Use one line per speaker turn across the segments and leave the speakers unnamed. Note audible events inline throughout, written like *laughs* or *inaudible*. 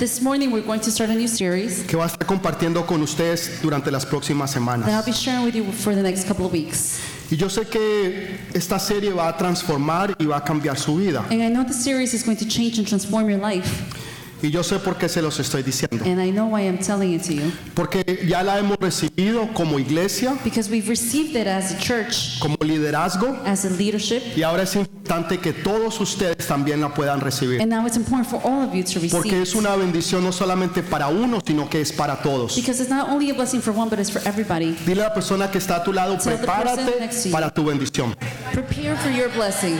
This morning, we're going to start a new series
que va a estar compartiendo con ustedes durante las próximas
that I'll
semanas.
be sharing with you for the next couple of weeks.
Y yo sé que esta serie va a transformar y va a cambiar su vida.
And I know the series is going to change and transform your life,
Y yo sé por qué se los estoy diciendo.
and I know why I'm telling it to you.
Porque ya la hemos recibido como iglesia,
Because we've received it as a church,
como liderazgo,
as a leadership,
y ahora es importante que todos ustedes también la puedan recibir.
and now it's important for all of you to receive
Porque es
it.
una bendición no solamente para uno, sino que es para todos.
Because it's not only a blessing for one, but it's for everybody.
Dile a la persona que está a tu lado,
Tell the person
prepárate
next to you.
para tu bendición.
Prepare for your blessing,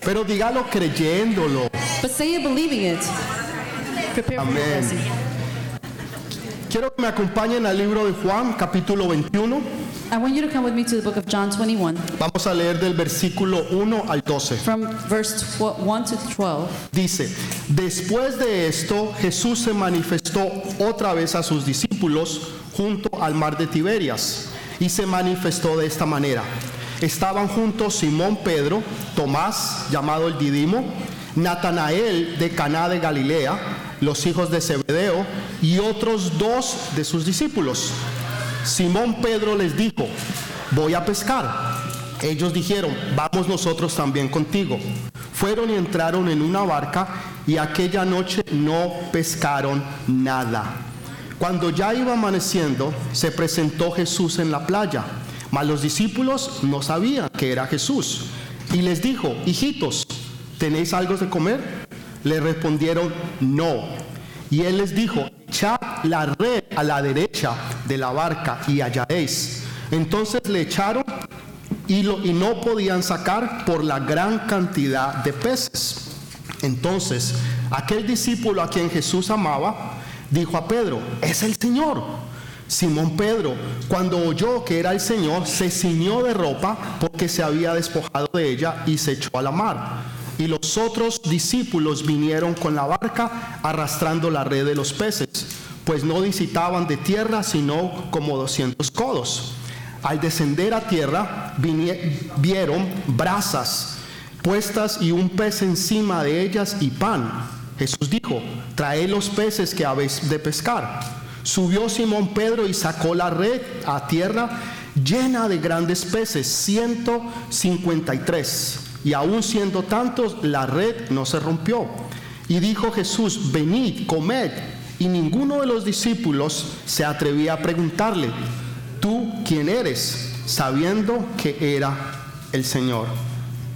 Pero dígalo creyéndolo.
but say it believing it. Prepare for your
Amén.
blessing.
Quiero que me acompañen al libro de Juan, capítulo 21.
I want you to come with me to the book of John 21,
Vamos a leer del versículo 1 al 12.
from verse tw- 1 to 12.
Dice, después de esto Jesús se manifestó otra vez a sus discípulos junto al mar de Tiberias y se manifestó de esta manera. Estaban juntos Simón Pedro, Tomás, llamado el Didimo, Natanael de Caná de Galilea, los hijos de Zebedeo y otros dos de sus discípulos. Simón Pedro les dijo, voy a pescar. Ellos dijeron, vamos nosotros también contigo. Fueron y entraron en una barca y aquella noche no pescaron nada. Cuando ya iba amaneciendo, se presentó Jesús en la playa, mas los discípulos no sabían que era Jesús. Y les dijo, hijitos, ¿tenéis algo de comer? Le respondieron, no. Y él les dijo, echad la red a la derecha de la barca y hallaréis. Entonces le echaron y, lo- y no podían sacar por la gran cantidad de peces. Entonces aquel discípulo a quien Jesús amaba dijo a Pedro, es el Señor. Simón Pedro, cuando oyó que era el Señor, se ciñó de ropa porque se había despojado de ella y se echó a la mar. Y los otros discípulos vinieron con la barca arrastrando la red de los peces, pues no visitaban de tierra sino como 200 codos. Al descender a tierra vinie- vieron brasas puestas y un pez encima de ellas y pan. Jesús dijo, traed los peces que habéis de pescar. Subió Simón Pedro y sacó la red a tierra llena de grandes peces, 153. Y aún siendo tantos, la red no se rompió. Y dijo Jesús, venid, comed. Y ninguno de los discípulos se atrevía a preguntarle, ¿tú quién eres? Sabiendo que era el Señor.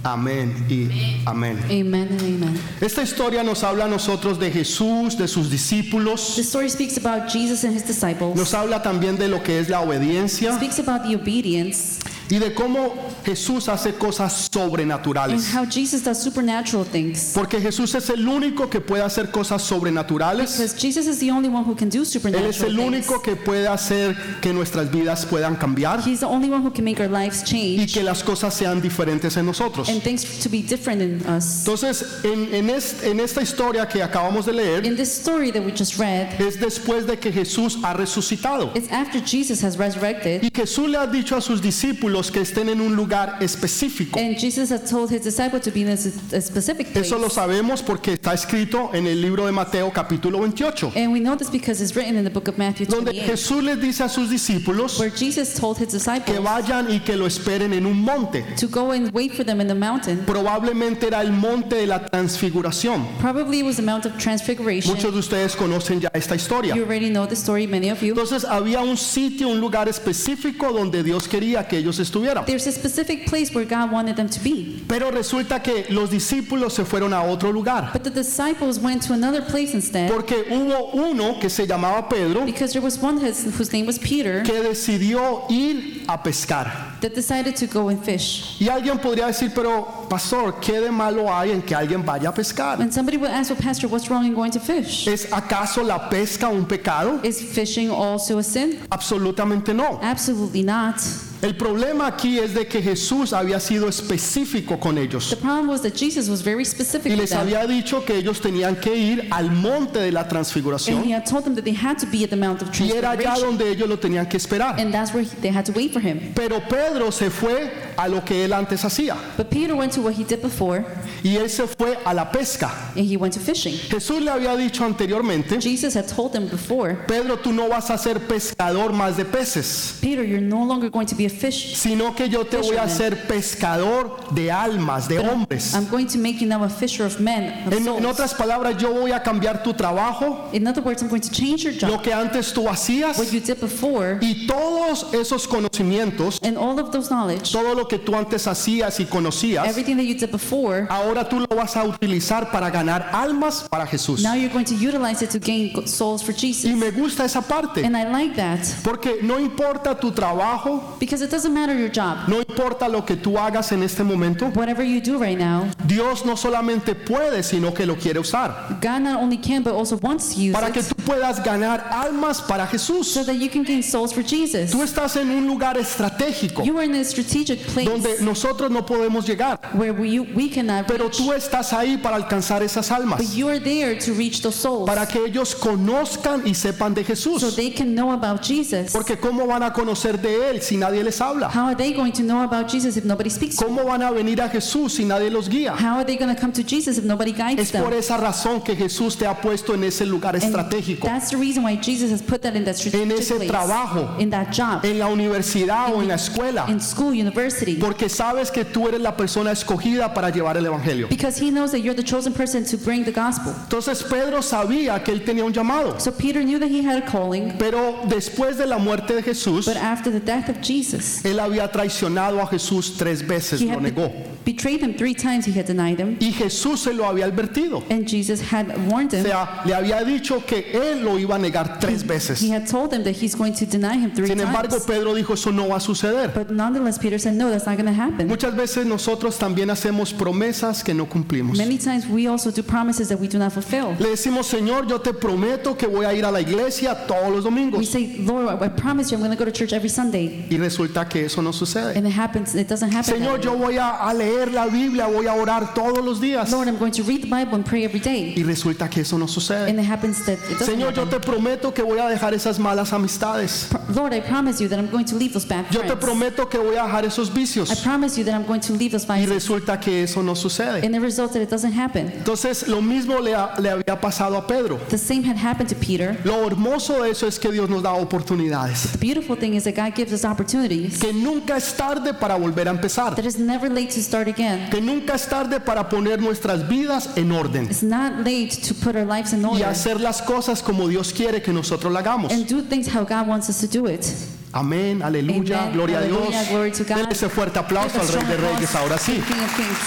Amén y amén.
Amen and amen.
Esta historia nos habla a nosotros de Jesús, de sus discípulos.
This story speaks about Jesus and his disciples.
Nos habla también de lo que es la obediencia
speaks about the obedience
y de cómo Jesús hace cosas
and
sobrenaturales.
how Jesus does supernatural things.
Porque Jesús es el único que puede hacer cosas sobrenaturales.
Because Jesus is the only one who can do
Él
supernatural
es el único
things.
que puede hacer que nuestras vidas puedan cambiar
He's the only one who can make our lives
y
change
que las cosas sean diferentes en nosotros.
and things to be different in us.
Entonces, en, en es- en esta historia que acabamos de leer,
In this story that we just read,
es después de que Jesús ha resucitado.
it's after Jesus has resurrected
Y Jesús le ha dicho a sus discípulos que estén en un lugar específico.
and Jesus had told his disciples to be in a, s- a specific place.
Eso lo sabemos porque está escrito en el libro de Mateo capítulo 28,
And we know this because it's written in the book of Matthew
donde
28,
Jesús les dice a sus discípulos
where Jesus told his
que
disciples
vayan y que lo esperen en un monte.
to go and wait for them in the mountain.
Probablemente era el monte de la transfiguración.
Probably it was the Mount of Transfiguration.
Muchos de ustedes conocen ya esta historia.
You already know the story, many of you.
Entonces había un sitio, un lugar específico donde Dios quería que ellos estuvieran.
There's a specific place where God wanted them to be.
Pero resulta que los discípulos se fueron a otro lugar.
But the disciples went to another place instead
Porque hubo uno que se llamaba Pedro
because there was one his, whose name was Peter
que decidió ir a pescar.
that decided to go and fish.
Y alguien podría decir, pero pastor, ¿qué de malo hay en que alguien vaya a pescar?
When somebody would ask, Well, Pastor, what's wrong in going to fish?
¿Es acaso la pesca un pecado?
Is fishing also a sin?
Absolutamente no.
Absolutely not.
El problema aquí es de que Jesús había sido específico con
The
ellos
problem was that Jesus was very specific
y
with
les
them.
había dicho que ellos tenían que ir al monte de la
And he
transfiguración
had told them that they had to be at the Mount of
y era allá
Transfiguration.
donde ellos lo tenían que esperar.
And that's where he- they had to wait for him.
Pero Pedro se fue a lo que él antes hacía
But Peter went to what he did before,
y él se fue a la pesca.
and he went to fishing.
Jesús le había dicho anteriormente,
Jesus had told them before,
Pedro, tú no vas a ser pescador más de peces,
Peter, you're no longer going to be a fish.
sino que yo te voy a hacer pescador de almas, de hombres.
I'm going to make you now a fisher of men. Of
En, en
souls.
otras palabras, yo voy a cambiar tu trabajo,
In other words, I'm going to change your
lo
job,
que antes tú hacías
what you did before,
y todos esos conocimientos,
and all of those knowledge,
todo lo que tú antes hacías y conocías,
everything that you did before,
ahora tú lo vas a utilizar para ganar almas para Jesús.
now you're going to utilize it to gain go- souls for
Y
Jesus.
me gusta esa parte,
And I like that
porque no importa tu trabajo,
because it doesn't matter your job.
no importa lo que tú hagas en este momento,
Whatever you do right now,
Dios no solamente puede, sino que lo quiere usar
God not only can but also wants to use
para que
it
tú puedas ganar almas para
so
Jesús.
that you can gain souls for Jesus.
Tú estás en un lugar estratégico
You are in a strategic
donde
place
nosotros no podemos llegar,
where we, we cannot
pero
reach,
tú estás ahí para alcanzar esas
but
almas,
you are there to reach those souls
para que ellos conozcan y sepan de
so
Jesús.
they can know about Jesus.
Porque ¿cómo van a conocer de Él si nadie les habla?
How are they going to know about Jesus if nobody speaks to them?
¿Cómo van a venir a Jesús si nadie los guía?
How are they going to come to Jesus if nobody guides
Es por
them?
esa razón que Jesús te ha puesto en ese lugar
And
estratégico,
That's the reason why Jesus has put that in that strategic
En ese
place,
trabajo.
in that job,
en la universidad o en la escuela,
in school, university,
porque sabes que tú eres la persona escogida para llevar el Evangelio.
because he knows that you're the chosen person to bring the gospel.
Entonces Pedro sabía que él tenía un llamado,
So Peter knew that he had a calling,
pero después de la muerte de Jesús,
but after the death of Jesus,
él había traicionado a Jesús tres veces,
he
lo
had
negó.
be- betrayed him three times. He had denied him,
Y Jesús se lo había advertido,
and Jesus had warned
o
him.
sea, le había dicho que él lo iba a negar tres veces.
He had told him that he's going to deny him three
Sin embargo,
times.
Pedro dijo, eso no va a suceder.
But nonetheless, Peter said, "No, that's not going to happen."
Muchas veces nosotros también hacemos promesas que no cumplimos.
Many times we also do promises that we do not fulfill.
Le decimos, Señor, yo te prometo que voy a ir a la iglesia todos los
We
domingos.
say, Lord, I I promise you I'm going to go to church every Sunday.
Y resulta que eso no sucede.
And it happens, it doesn't happen. that
Señor,
way.
yo voy a, a leer la Biblia, voy a orar todos los días.
Lord, I'm going to read the Bible and pray every day.
Y resulta que eso no sucede.
And it happens that it doesn't
Señor, yo
happen.
te prometo que voy a dejar esas malas amistades.
Pro- Lord, I promise you that I'm going to leave those bad
Yo te
friends.
prometo que voy a dejar esos
Pues. I
vicios.
promise you that I'm going to leave those
Y
vices.
resulta que eso no sucede.
And the result that it doesn't happen.
Entonces, lo mismo le, ha- le había pasado a Pedro.
The same had happened to Peter.
Lo hermoso de eso es que Dios nos da oportunidades.
The beautiful thing is that God gives us opportunities.
Que nunca es tarde para volver a empezar.
That it's never late to start again.
Que nunca es tarde para poner nuestras vidas en orden.
It's not late to put our lives in
Y
order
hacer las cosas como Dios quiere que nosotros las hagamos.
and do things how God wants us to do it.
Amén, aleluya,
Amen,
gloria a Dios.
aleluya, glory to God.
Denle ese fuerte aplauso al
Give a
Rey de
strong
Reyes
applause
ahora
to
sí.
the King of Kings.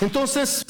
Entonces,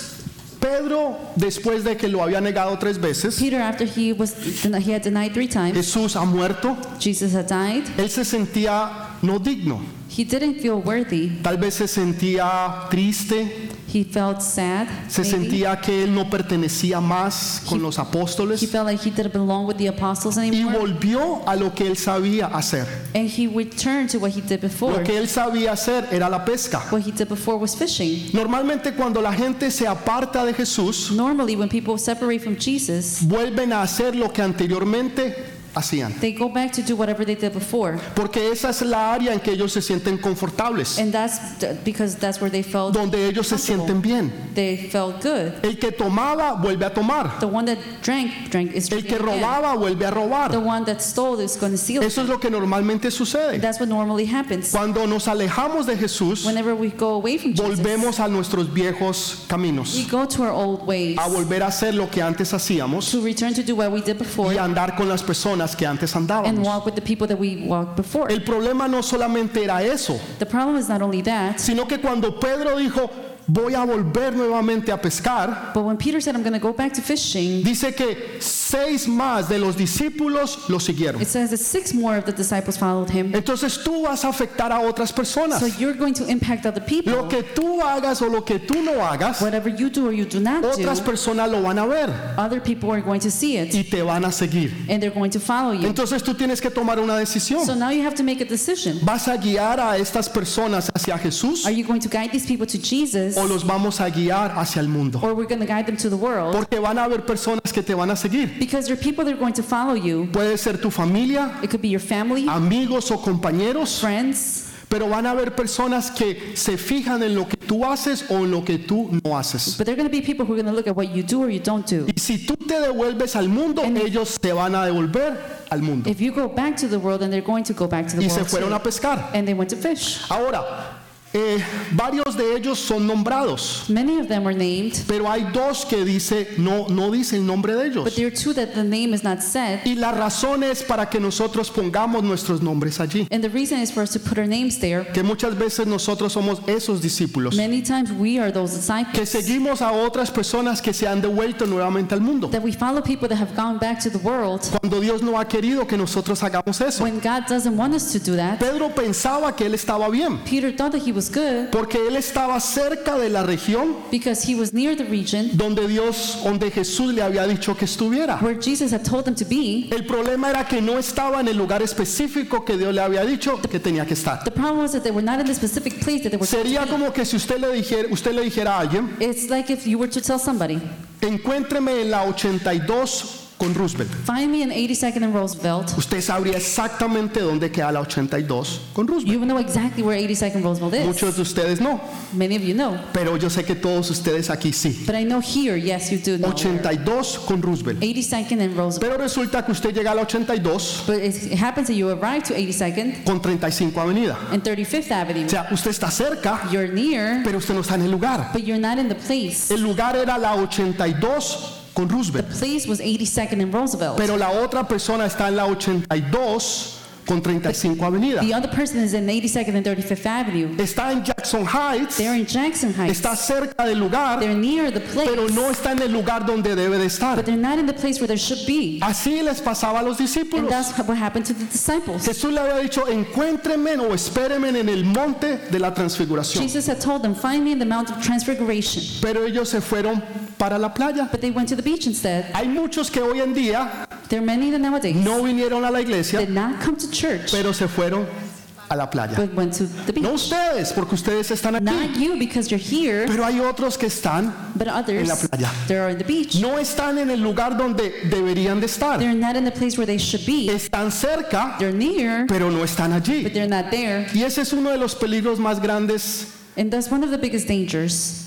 Pedro, después de que lo había negado tres veces,
Peter, after he was he had denied three times,
Jesús ha muerto,
Jesus had died.
él se sentía no digno,
He didn't feel worthy.
tal vez se sentía triste,
He felt sad.
se
maybe.
sentía que él no pertenecía más con los
He
apóstoles
felt like he didn't belong with the apostles
y
anymore.
volvió a lo que él sabía hacer.
And he returned to what he did before.
Lo que él sabía hacer era la pesca.
What he did before was fishing.
Normalmente cuando la gente se aparta de Jesús,
Normally, when people separate from Jesus,
vuelven a hacer lo que anteriormente hacían.
they go back to do whatever they did before.
Porque esa es la área en que ellos se sienten confortables,
And that's th- because that's where they felt
donde ellos se sienten bien.
they felt good.
El que tomaba vuelve a tomar,
The one that drank drank is
el que
drinking again.
robaba vuelve a
The
robar.
one that stole is going to steal.
Eso es lo que normalmente sucede.
That's what normally happens.
Cuando nos alejamos de Jesús,
Whenever we go away from Jesus,
volvemos a nuestros viejos
we
caminos,
go to our old ways
a volver a hacer lo que antes hacíamos
to return to do what we did
y
before
andar con las personas que antes
and
andábamos.
walk with the people that we walked before.
El problema no solamente era eso,
The problem is not only that,
sino que cuando Pedro dijo, voy a volver nuevamente a pescar,
but when Peter said, I'm going to go back to fishing,
Dice que seis más de los discípulos lo siguieron.
it says that six more of the disciples followed him.
Entonces tú vas a afectar a otras personas.
So you're going to impact other
Lo
people.
que tú hagas o lo que tú no hagas,
Whatever you do or you do not do,
otras personas lo van a ver
other people are going to see it
y te van a seguir.
and they're going to follow you.
Entonces tú tienes que tomar una
So
decisión.
now you have to make a decision.
¿Vas a guiar a estas personas hacia Jesús
Are you going to guide these people to Jesus
o o los vamos a guiar hacia el mundo.
or we're going to guide them to the world
Porque van a haber personas que te van a seguir.
because there are people that are going to follow you.
Puede ser tu familia,
It could be your family,
amigos o compañeros,
friends,
pero van a haber personas que se fijan en lo que tú haces o en lo que tú no haces.
but there are going to be people who are going to look at what you do or you don't do.
Y si tú te devuelves al mundo, ellos te van a devolver al mundo.
If you go back to the world, and they're going to go back to the
Y se
world,
fueron
too.
a pescar.
and they went to fish.
Ahora, eh, varios de ellos son nombrados,
Many of them are named,
pero hay dos que dice no no dice el nombre de ellos.
but there are two that the name is not said,
Y la razón es para que nosotros pongamos nuestros nombres allí,
and the reason is for us to put our names there.
que muchas veces nosotros somos esos discípulos
Many times we are those
que
disciples
seguimos a otras personas que se han devuelto nuevamente al mundo.
that we follow people that have gone back to the world
Cuando Dios no ha querido que nosotros hagamos eso.
when God doesn't want us to do that.
Pedro pensaba que él estaba bien,
Peter thought that he was good
porque él estaba cerca de la región
because he was near the region
donde Dios, donde Jesús le había dicho que estuviera.
where Jesus had told him to be.
El problema era que no estaba en el lugar específico que Dios le había dicho que tenía que estar.
The problem was that they were not in the specific place that they were.
Sería como que si usted le dijera, usted le dijera a alguien,
It's like if you were to tell somebody,
encuéntreme en la 82 con Roosevelt.
"Find me in 82nd and Roosevelt."
Usted sabría exactamente dónde queda la 82 con Roosevelt.
You know exactly where 82nd Roosevelt is.
Muchos de ustedes no,
Many of you know.
pero yo sé que todos ustedes aquí sí.
But I know here, yes, you do know. where.
82 con Roosevelt.
82nd and Roosevelt.
Pero resulta que usted llega a la 82
But it it happens that you arrive to 82nd
con 35 Avenida.
and 35th Avenue.
O sea, usted está cerca,
You're near,
pero usted no está en el lugar.
but you're not in the place.
El lugar era la 82 con Roosevelt.
Place was 82nd and Roosevelt.
Pero la otra persona está en la 82 con 35 Avenida.
The other person is in 82nd and 35th Avenue.
Está en Jackson Heights,
They're in Jackson Heights.
está cerca del lugar,
They're near the place,
pero no está en el lugar donde debe de estar.
but they're not in the place where they should be.
Así les pasaba a los
And
discípulos.
that's what happened to the disciples.
Jesús le había dicho, encuéntrenme o espérenme en el monte de la transfiguración.
Jesus had told them, Find me in the Mount of Transfiguration.
Pero ellos se fueron para la playa.
But they went to the beach instead.
Hay muchos que hoy en día
There are many that nowadays
no vinieron a la iglesia,
did not come to church,
pero se fueron a la playa.
but went to the beach.
No ustedes, porque ustedes están aquí.
Not you because you're here,
Pero hay otros que están
but others
en la playa.
they are in the beach.
no están en el lugar donde deberían de estar.
They're not in the place where they should be.
Están cerca,
They're near,
pero no están
but
allí.
they're not there.
Y ese es uno de los peligros más grandes
And that's one of the biggest dangers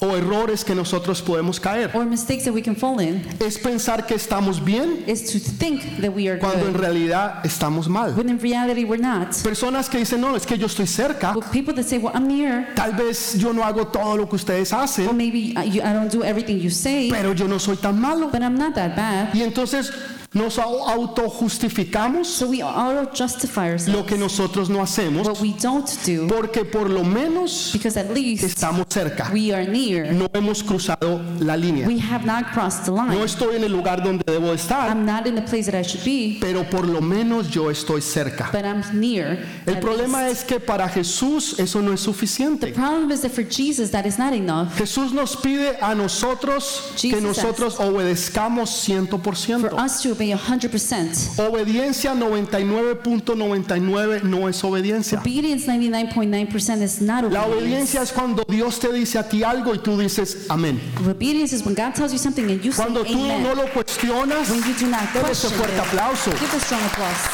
o errores que nosotros podemos caer.
or mistakes that we can fall in
Es pensar que estamos bien
is to think that we are
cuando en
good
realidad estamos mal.
when in reality we're not.
Personas que dicen, no, es que yo estoy cerca.
But people that say, "Well, I'm near,"
Tal vez yo no hago todo lo que ustedes
or
hacen,
maybe I, you, I don't do everything you say,
pero yo no soy tan malo.
but I'm not that bad.
Y entonces nos au- autojustificamos
So we all justify ourselves
lo que nosotros no hacemos
what we don't do
porque por lo menos
because at least
estamos cerca.
we are near.
no hemos cruzado la línea.
We have not crossed the line.
No estoy en el lugar donde debo estar,
I'm not in the place that I should be,
pero por lo menos yo estoy cerca.
but I'm near.
El
at
problema
least.
es que para Jesús eso no es suficiente.
problem is that for Jesus that is not enough.
Jesús nos pide a nosotros que
Jesus
nosotros obedezcamos
For
100%.
us to obey 100%,
Obediencia 99.99 no es obediencia.
obedience 99.9% is not
La
obedience.
obediencia es cuando Dios te dice a ti algo y tú dices amén.
Obedience is when God tells you something and you say
Cuando tú
amen.
no lo cuestionas,
when you do not
Dale ese
question
fuerte
him.
aplauso.
Give a strong applause.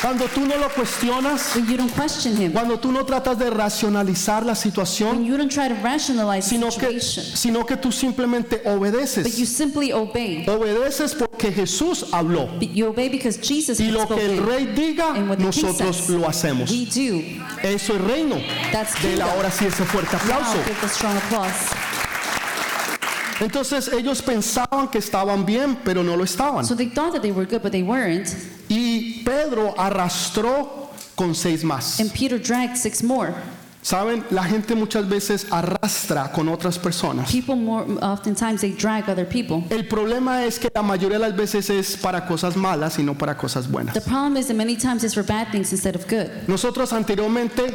cuando tú no lo cuestionas,
When you don't question him,
Cuando tú no tratas de racionalizar la
when
situación,
you don't try to rationalize the
sino que,
situation,
sino que tú simplemente
but you
obedeces.
simply obey.
Obedeces porque Jesús habló.
But You obey because Jesus
Y
has
lo que el
spoken.
rey diga,
And what the king
nosotros
says.
lo hacemos.
We do.
Eso es reino.
That's
De la
kingdom.
hora sí ese fuerte aplauso.
Now give a strong applause.
Entonces ellos pensaban que estaban bien, pero no lo estaban.
So they thought that they were good, but they weren't.
Y Pedro arrastró con seis más.
And Peter dragged six more.
Saben, la gente muchas veces arrastra con otras personas.
People more oftentimes they drag other people.
El problema es que la mayoría de las veces es para cosas malas y no para cosas buenas.
The problem is that many times it's for bad things instead of good.
Nosotros anteriormente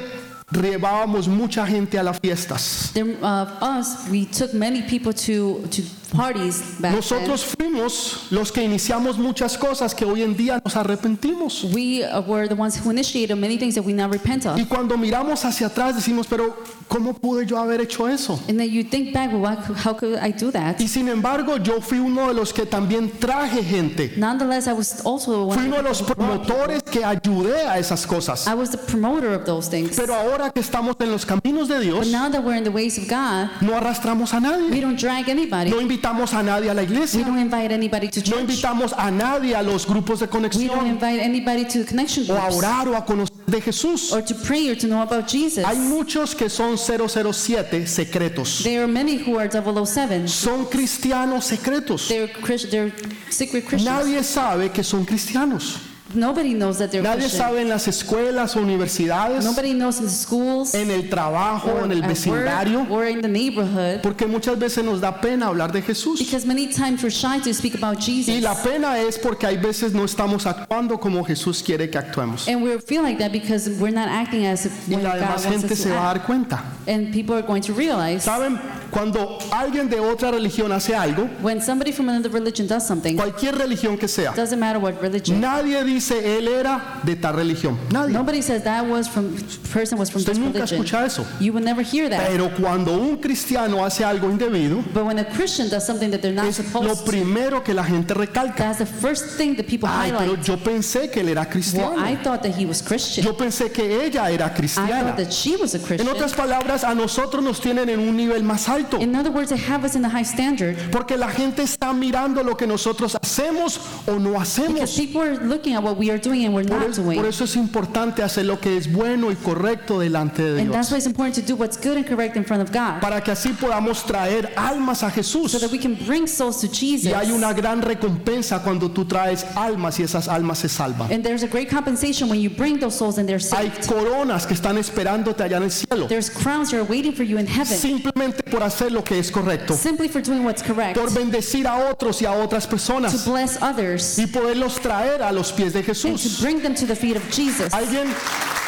llevábamos mucha gente a las fiestas.
There, uh, us, we took many people to to parties back
Nosotros fuimos los que iniciamos muchas cosas que hoy en día nos arrepentimos.
then. We uh, were the ones who initiated many things that we now repent of.
Y cuando miramos hacia atrás decimos, pero ¿cómo pude yo haber hecho eso?
And then you think back, well, why cou- how could I do that?
Y sin embargo, yo fui uno de los que también traje gente.
Nonetheless, I was also
Fui
one
uno de
of
los promotores que ayudé a esas cosas.
I was the promoter of those things.
Pero ahora que estamos en los caminos de Dios,
But now that we're in the ways of God,
no arrastramos a
we
nadie.
don't drag anybody.
No invitamos a nadie a la
We
iglesia.
don't invite anybody to
No
church.
invitamos a nadie a los grupos de
We don't
conexión
invite anybody to connection
o a
groups
orar o a conocer de Jesús.
or to pray or to know about Jesus.
Hay muchos que son 007 secretos.
There are many who are 007.
Son cristianos secretos.
They're, Chris, they're secret Christians.
Nadie sabe que son cristianos.
Nobody knows that they're
Nadie
Christian.
sabe en las escuelas o universidades,
Nobody knows in the schools
en el trabajo,
or
en el
at
vecindario,
work or in the neighborhood
porque muchas veces nos da pena hablar de Jesús.
because many times we're shy to speak about
Y
Jesus.
la pena es porque hay veces no estamos actuando como Jesús quiere que actuemos.
And we feel like that because we're not acting as if
Y
when
la
God wants
demás gente
us
se
to
va a
act.
dar cuenta.
And people are going to realize
¿Saben? Cuando alguien de otra religión hace algo,
when somebody from another religion does something,
cualquier religión que sea,
doesn't matter what religion.
nadie dice él era de tal religión. Nadie.
Nobody says that was from person was from
Usted
this
nunca
religion.
escucha eso.
You will never hear that.
Pero cuando un cristiano hace algo indebido,
But when a Christian does something that they're not
es lo
supposed to,
primero que la gente recalca.
that's the first thing that people
Ay, pero
highlight.
yo pensé que él era
Well, I
cristiano.
thought that he was Christian.
Yo pensé que ella era
I
cristiana.
thought that she was a
En
Christian.
otras palabras, a nosotros nos tienen en un nivel más alto.
In other words, they have us in a high standard
Porque la gente está mirando lo que nosotros hacemos o no
because
hacemos.
people are looking at what we are doing and we're
Por,
not
es- por
doing.
eso es importante hacer lo que es bueno y correcto delante de
And
Dios.
that's why it's important to do what's good and correct in front of God
Para que así podamos traer almas
so
a
that
Jesús.
we can bring souls to Jesus.
Y hay una gran recompensa cuando tú traes almas y esas almas se salvan.
And there's a great compensation when you bring those souls and they're
Hay
saved.
coronas que están esperándote allá en el cielo.
There's crowns that are waiting for you in heaven
Simplemente por hacer lo que es correcto.
simply for doing what's correct,
por
to
bendecir a otros y a otras personas
bless others,
y poderlos traer a los pies de
and to
Jesús.
bring them to the feet of Jesus.
Alguien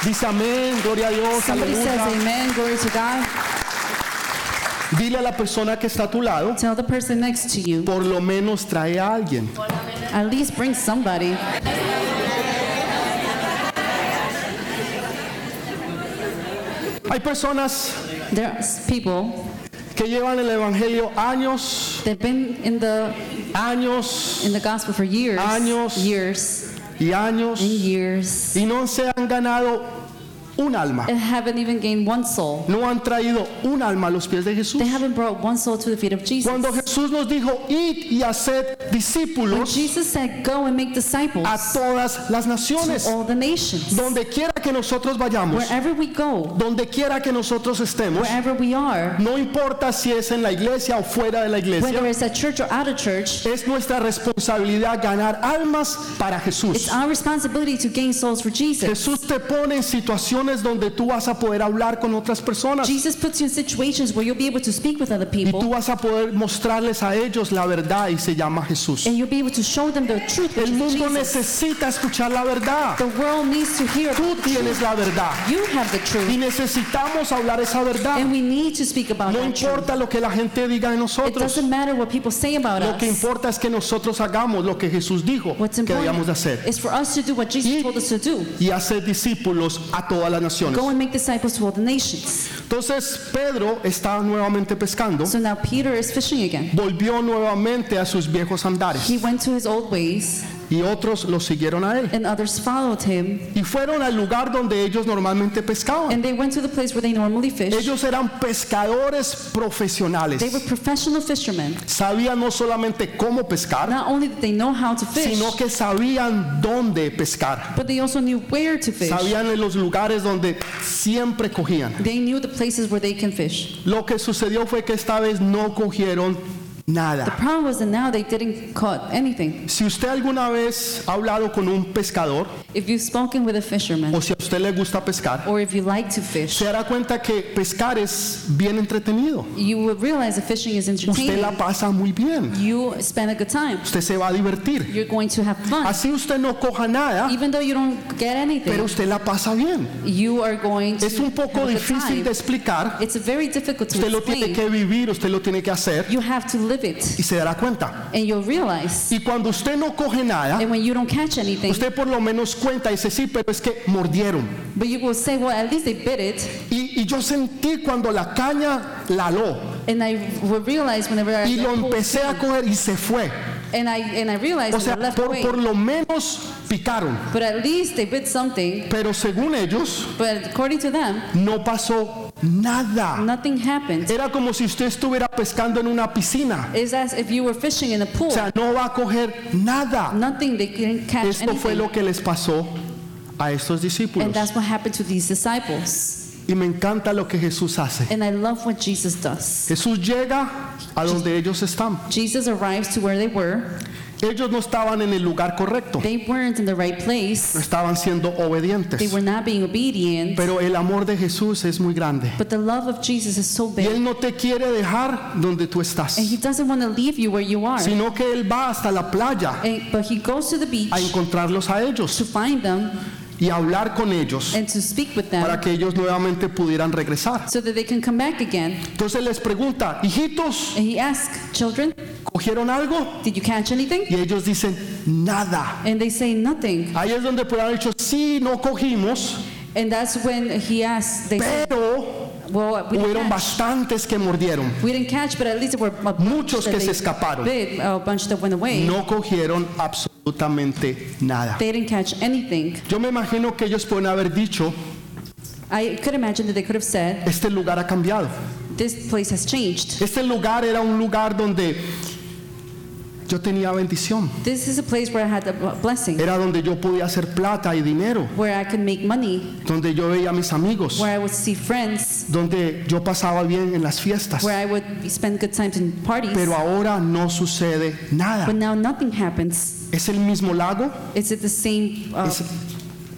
dice amén, gloria a Dios,
Somebody says
aleluya.
amen, glory to God.
Dile a la persona que está a tu lado,
Tell the person next to you,
por lo menos trae a alguien.
at least bring somebody.
Hay personas
There's people
que llevan el evangelio años,
They've been in the
años
in the gospel for years,
Años.
years
y
and
años
years,
y no se han ganado un alma.
and haven't even gained one soul.
No han traído un alma a los pies de Jesús.
They haven't brought one soul to the feet of Jesus.
Cuando Jesús nos dijo, id y haced
When
discípulos
Jesus said, "Go and make disciples
a todas las naciones.
to all the nations,
Donde quiera que nosotros vayamos,
wherever we go,
donde quiera que nosotros estemos,
wherever we are,
no importa si es en la iglesia o fuera de la iglesia,
whether it's at church or out of church,
es nuestra responsabilidad ganar almas para
it's
Jesús.
our responsibility to gain souls for Jesus."
Jesús te pone en situaciones donde tú vas a poder hablar con otras personas y
Jesus puts you in situations where you'll be able to speak with other
tú
people,
vas a poder mostrarles a ellos la verdad y se llama Jesús.
and you'll be able to show them the truth. Which
El
is
mundo
Jesus.
necesita escuchar la verdad.
The world needs to hear.
Tú
about the truth.
tienes la verdad
You have the truth.
y necesitamos hablar esa verdad.
And we need to speak about
No
that truth.
importa lo que la gente diga de
It
nosotros.
doesn't matter what people say about
Lo que
us.
importa es que nosotros hagamos lo que Jesús dijo
What's
que
important
debíamos de hacer
is for us to do what
Y-
Jesus told us to do.
y hacer discípulos a todas las naciones.
Go and make disciples to all the nations.
Entonces Pedro está nuevamente pescando,
So now Peter is fishing again.
volvió nuevamente a sus viejos andares
He went to his old ways,
y otros lo siguieron a él
and others followed him.
y fueron al lugar donde ellos normalmente pescaban.
And they went to the place where they normally fish.
Ellos eran pescadores
They were
profesionales.
professional fishermen.
Sabían no solamente cómo pescar,
Not only did they know how to fish,
sino que sabían dónde pescar.
but they also knew where to fish.
Sabían en los lugares donde siempre cogían.
They knew the places where they can fish.
Lo que sucedió fue que esta vez no cogieron
The
nada.
problem was that now they didn't caught anything.
Si usted alguna vez ha hablado con un pescador
If you've spoken with a fisherman,
o si a usted le gusta pescar,
or if you like to fish,
se dará cuenta que pescar es bien entretenido.
you will realize that fishing is
Usted
entertaining.
la pasa muy bien.
You spend a good time.
Usted se va a divertir.
You're going to have fun.
Así usted no coja nada,
Even though you don't get
pero
anything,
usted la pasa bien.
you are going to
Es un poco
have a good
difícil
time.
de explicar.
It's very difficult to
Usted lo tiene
explain.
que vivir, usted lo tiene que hacer.
You have to live live it.
y se dará cuenta.
And you'll realize.
Y cuando usted no coge nada,
And when you don't catch anything,
usted por lo menos cuenta y dice, sí, pero es que mordieron.
but you will say, well, at least they bit it.
Y, y yo sentí cuando la caña la aló
And I will realize whenever I
y lo
I pulled
empecé a
through.
coger y se fue.
And I, and I realized
O sea,
that I left
por,
away.
por lo menos picaron.
But at least they bit something.
Pero según ellos,
But according to them,
no pasó nada.
nothing happened.
Era como si usted estuviera pescando en una piscina.
It's as if you were fishing in a pool.
O sea, no va a coger nada.
Nothing, they couldn't catch
Esto fue
anything.
lo que les pasó a estos
And
discípulos.
that's what happened to these disciples.
Y me encanta lo que Jesús hace.
And I love what Jesus does.
Jesús llega a donde ellos están.
Jesus arrives to where they were.
Ellos no estaban en el lugar correcto.
They weren't in the right
No
place.
estaban siendo
They
obedientes.
were not being obedient.
Pero el amor de Jesús es muy grande.
But the love of Jesus is so
Y
big.
Él no te quiere dejar donde tú estás,
And he doesn't want to leave you where you are.
sino que Él va hasta la playa
And- but he goes to the beach
a encontrarlos a
to
ellos
find them
y a hablar con ellos
and to speak with
para
them
que ellos nuevamente pudieran regresar.
so that they can come back again.
Entonces les pregunta, hijitos,
And he asks, Children,
¿cogieron algo?
did you catch anything?
Y ellos dicen, nada.
And they say, Nothing.
Ahí es donde podrían haber dicho, sí, no cogimos,
And that's when he asks, They say,
pero
Well, we didn't
hubieron
catch.
bastantes que mordieron.
We didn't catch, but at least there were a bunch
Muchos
that
que
they
se escaparon.
bit, a bunch that went away.
No cogieron absolutamente nada.
They didn't catch anything.
Yo me imagino que ellos pueden haber dicho,
I could imagine that they could have said,
este lugar ha cambiado.
This place has changed.
Este lugar era un lugar donde yo tenía bendición.
This is a place where I had a bl- blessing,
Era donde yo podía hacer plata y dinero,
where I could make money,
donde yo veía a mis amigos,
where I would see friends,
donde yo pasaba bien en las fiestas.
where I would spend good times in parties.
Pero ahora no sucede nada.
But now nothing happens.
Es el mismo lago,
Is it the same? Uh,
es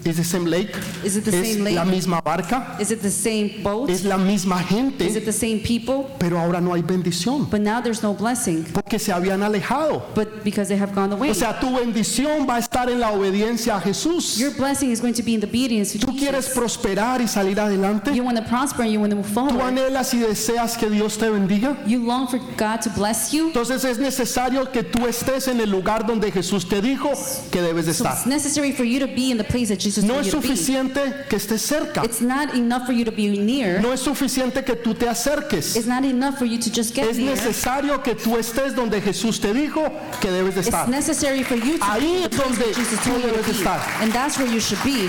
es the same lake,
Is it the
es
same lake?
la misma barca,
is it the same boat?
es la misma
Is it
gente,
the same people?
pero ahora no hay bendición
But now there's no blessing.
porque se habían alejado.
But because they have gone away,
O sea, tu bendición va a estar en la obediencia a Jesús.
your blessing is going to be in the obedience to
Tú quieres
Jesus.
prosperar y salir adelante.
You want to prosper and you want to move
Tú
forward.
anhelas y deseas que Dios te bendiga.
You long for God to bless you.
Entonces es necesario que tú estés en el lugar donde Jesús te dijo que debes de
So
estar.
it's necessary for you to be in the place that Jesus
No
told
es
you to be.
suficiente que estés cerca.
It's not enough for you to be near.
No es suficiente que tú te acerques.
It's not enough for you to just get
Es
near.
necesario que tú estés donde Jesús te dijo que debes de
It's
estar.
necessary for you to
Ahí
be in the
es
place
donde
that Jesus
tú
told you to
debes
be.
estar.
And that's where you should be.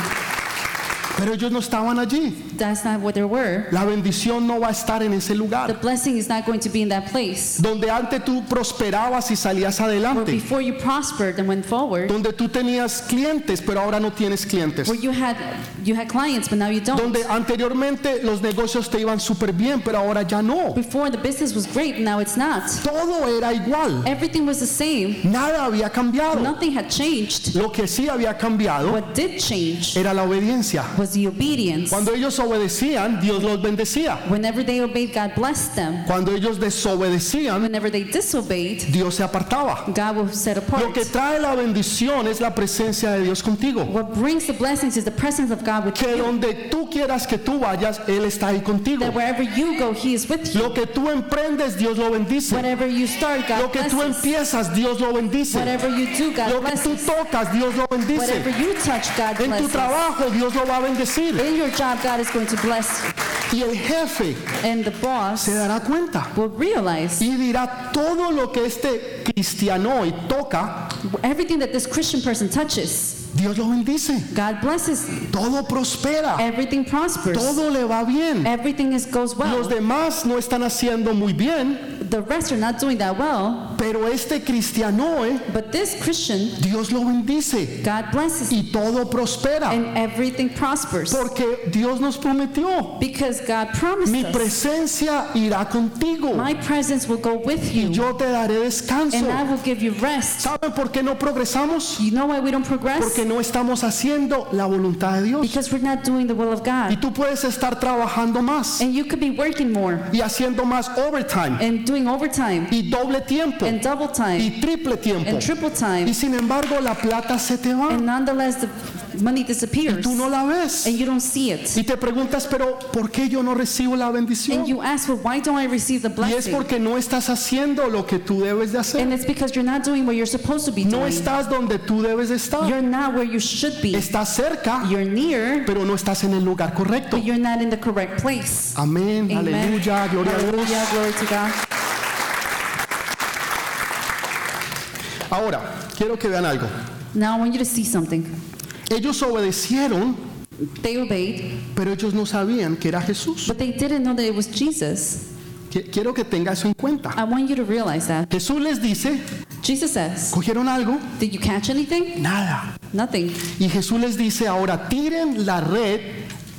Pero ellos no estaban allí.
That's not what they were.
La bendición no va a estar en ese
The
lugar.
blessing is not going to be in that place.
Donde antes tú prosperabas y salías
Where
adelante.
before you prospered and went forward,
Donde tú tenías clientes, pero ahora no tienes clientes.
where you had you had clients but now you don't.
Donde anteriormente los negocios te iban súper bien, pero ahora ya no.
Before the business was great, now it's not.
Todo era igual.
Everything was the same.
Nada había cambiado.
Nothing had changed.
Lo que sí había cambiado
What did change
era la obediencia.
was the obedience.
Cuando ellos obedecían, Dios los bendecía.
Whenever they obeyed, God blessed them.
Cuando ellos desobedecían,
Whenever they disobeyed,
Dios se apartaba.
God will set
Lo
apart.
que trae la bendición es la presencia de Dios contigo.
What brings the blessings is the presence of God with
Que
you.
donde tú quieras que tú vayas, Él está ahí contigo.
That wherever you go, He is with you.
Lo que tú emprendes, Dios lo bendice.
Whatever you start,
Lo
God
que tú
blesses.
empiezas, Dios lo bendice.
Whatever you do, God
Lo que tú
blesses.
tocas, Dios lo bendice.
Whatever you touch, God
En tu
blesses.
trabajo Dios lo va a bendecir
In your job, God is going to bless you.
Eh, y el jefe
And the boss
se dará cuenta
will realize
y dirá todo lo que este cristiano hoy toca,
everything that this Christian person touches,
Dios lo bendice.
God blesses. you.
Todo prospera,
Everything prospers.
todo le va bien.
Everything is, goes
Los
well.
demás no están haciendo muy bien,
The rest are not doing that well.
pero este cristiano hoy,
But this Christian,
Dios lo bendice
God blesses
y todo prospera
and everything prospers
porque Dios nos prometió,
because God promised
mi
us,
presencia irá contigo
My presence will go with you
y yo te daré descanso.
and I will give you rest.
¿Saben por qué no progresamos?
You know why we don't progress?
Porque no estamos haciendo la voluntad de Dios.
Because we're not doing the will of
Y
God.
tú puedes estar trabajando más
And you could be working more
y haciendo más overtime
and doing overtime
y doble tiempo
and double time
y triple tiempo.
and triple time.
Y sin embargo la plata se te va.
And nonetheless, the money disappears
Tú no la ves.
and you don't see it.
Y te preguntas, pero ¿por qué yo no recibo la bendición?
And you ask, well, why don't I receive the
Y es
blessing?
porque no estás haciendo lo que tú debes de hacer.
And it's because you're not doing what you're supposed to be
No
doing.
estás donde tú debes de estar.
You're not where you should be.
Estás cerca,
You're near,
pero no estás en el lugar correcto.
but you're not in the correct place.
Amén,
Amen.
aleluya, gloria a Dios.
Hallelujah, glory to God.
Ahora, quiero que vean algo.
Now I want you to see something.
Ellos obedecieron,
They obeyed,
pero ellos no sabían que era Jesús.
but they didn't know that it was Jesus.
Qui- Quiero que tenga eso en cuenta.
I want you to realize that.
Jesús les dice,
Jesus says,
¿cogieron algo?
Did you catch anything?
Nada.
Nothing.
Y Jesús les dice, ahora tiren la red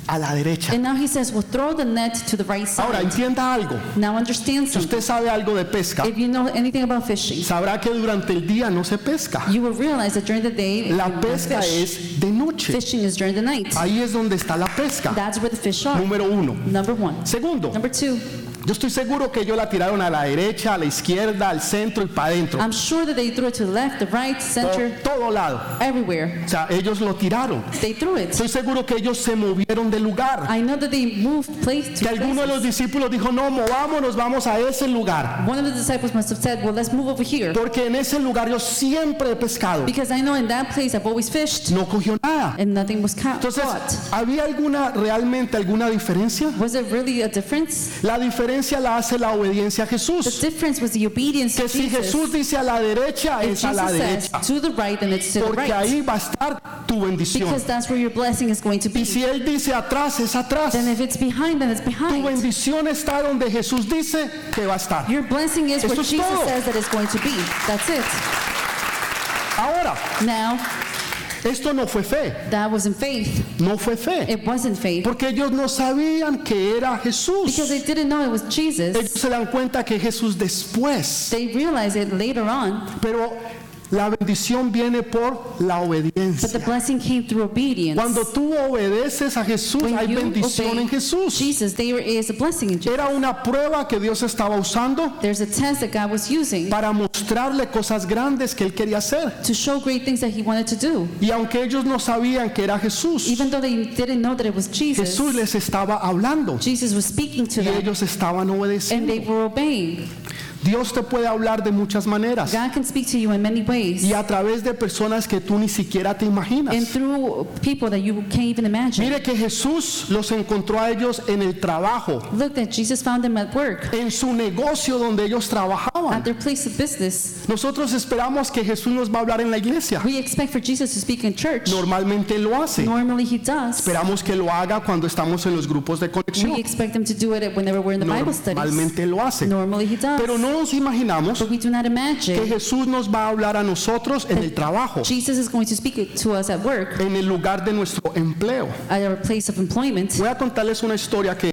a la derecha.
And now he says, Well, throw the net to the right
Ahora,
side.
entienda algo.
Now understand
Si
something.
usted sabe algo de pesca,
If you know anything about fishing,
sabrá que durante el día no se pesca.
you will realize that during the day, you
La
don't
pesca
fish.
es de noche.
fishing is during the night.
Ahí es donde está la pesca.
That's where the fish are.
Número uno.
Number one.
Segundo,
Number two,
yo estoy seguro que ellos la tiraron a la derecha, a la izquierda, al centro y para adentro.
I'm sure that they threw it to the left, the right, center,
Por todo lado.
everywhere.
O sea, ellos lo tiraron.
They threw it.
Estoy seguro que ellos se movieron de lugar.
I know that they moved place to
Que alguno
places.
de los discípulos dijo, no, movámonos, vamos a ese lugar.
One of the disciples must have said, Well, let's move over here.
Porque en ese lugar yo siempre he pescado.
Because I know in that place I've always fished
No cogió nada.
and nothing was caught.
Entonces,
caught.
¿había alguna, realmente alguna diferencia?
Was it really a difference?
La diferencia la hace la obediencia a
The
Jesús.
difference was the obedience
Que
to
si
Jesus.
Jesús dice a la derecha,
If
es a
Jesus
la
says
derecha.
to the right, then it's to the
Porque
right.
ahí va a estar tu bendición.
Because that's where your blessing is going to
Y
be.
si Él dice atrás, es atrás.
Then if it's behind, then it's
Tu
behind.
bendición está donde Jesús dice que va a estar.
Your blessing is where
Eso es
Jesus
todo.
says that it's going to be. That's it.
Ahora,
Now,
esto no fue fe.
that wasn't faith.
No fue fe.
It wasn't faith.
Porque ellos no sabían que era
Because
Jesús.
they didn't know it was
Ellos
Jesus.
se dan cuenta que Jesús después.
They realized it later on.
Pero la bendición viene por la
But the
obediencia.
blessing came through obedience.
Cuando tú obedeces a Jesús,
When
hay
you
bendición
obey
en Jesús.
Jesus, there is a blessing in Jesus.
Era una prueba que Dios estaba usando
There's a test that God was using
para mostrarle cosas grandes que él quería hacer.
to show great things that He wanted to do.
Y aunque ellos no sabían que era Jesús,
Even though they didn't know that it was Jesus,
Jesús les estaba hablando
Jesus was speaking to
y
them
ellos estaban
and they
obedeciendo.
were obeying.
Dios te puede hablar de muchas maneras
God can speak to you in many ways
y a través de personas que tú ni siquiera te
and
imaginas.
through people that you can't even imagine.
Mire que Jesús los encontró a ellos en el trabajo,
Look that Jesus found them at work,
en su negocio donde ellos
at
trabajaban.
their place of business.
Nosotros esperamos que Jesús nos va a hablar en la iglesia.
We expect for Jesus to speak in church.
Normalmente lo hace.
Normally He does.
Esperamos que lo haga cuando estamos en los grupos de
We
conexión.
expect Him to do it whenever we're in the Bible studies.
Normalmente lo hace.
Normally He does.
Pero no nos imaginamos
But we do not
que
imagine
Jesús nos va a hablar a nosotros en el trabajo,
Jesus is going to speak to us at work,
en el lugar de nuestro empleo.
at our place of employment.
Voy a contarles una historia que,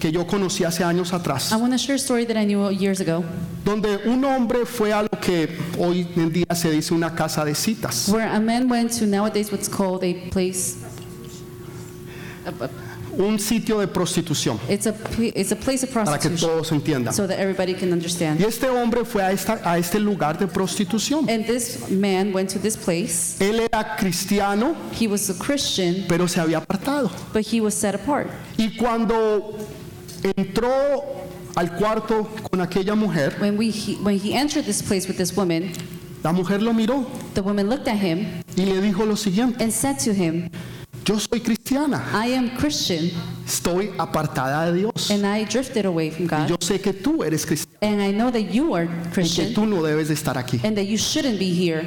que yo conocí hace años
I
atrás,
want to share a story that I knew years ago,
donde un hombre fue a lo que hoy en día se dice una casa de citas.
where a man went to nowadays what's called a place. a- a-
Un sitio de prostitución,
It's a pl- it's a place of
para que
prostitution,
todos entiendan.
so that everybody can
Y
understand.
este hombre fue a, esta- a este lugar de prostitución.
And this man went to this place.
Él era cristiano,
He was a Christian,
pero se había apartado.
but he was set apart.
Y cuando entró al cuarto con aquella mujer,
When we he, when he entered this place with this woman,
la mujer lo miró
the woman looked at him
y le dijo lo siguiente,
and said to him,
yo soy cristiana,
"I am Christian,
estoy apartada de Dios.
and I drifted away from
Yo
God,
sé que tú eres cristiana
and I know that you are
y que
Christian."
tú no debes de estar aquí.
and that you shouldn't be here.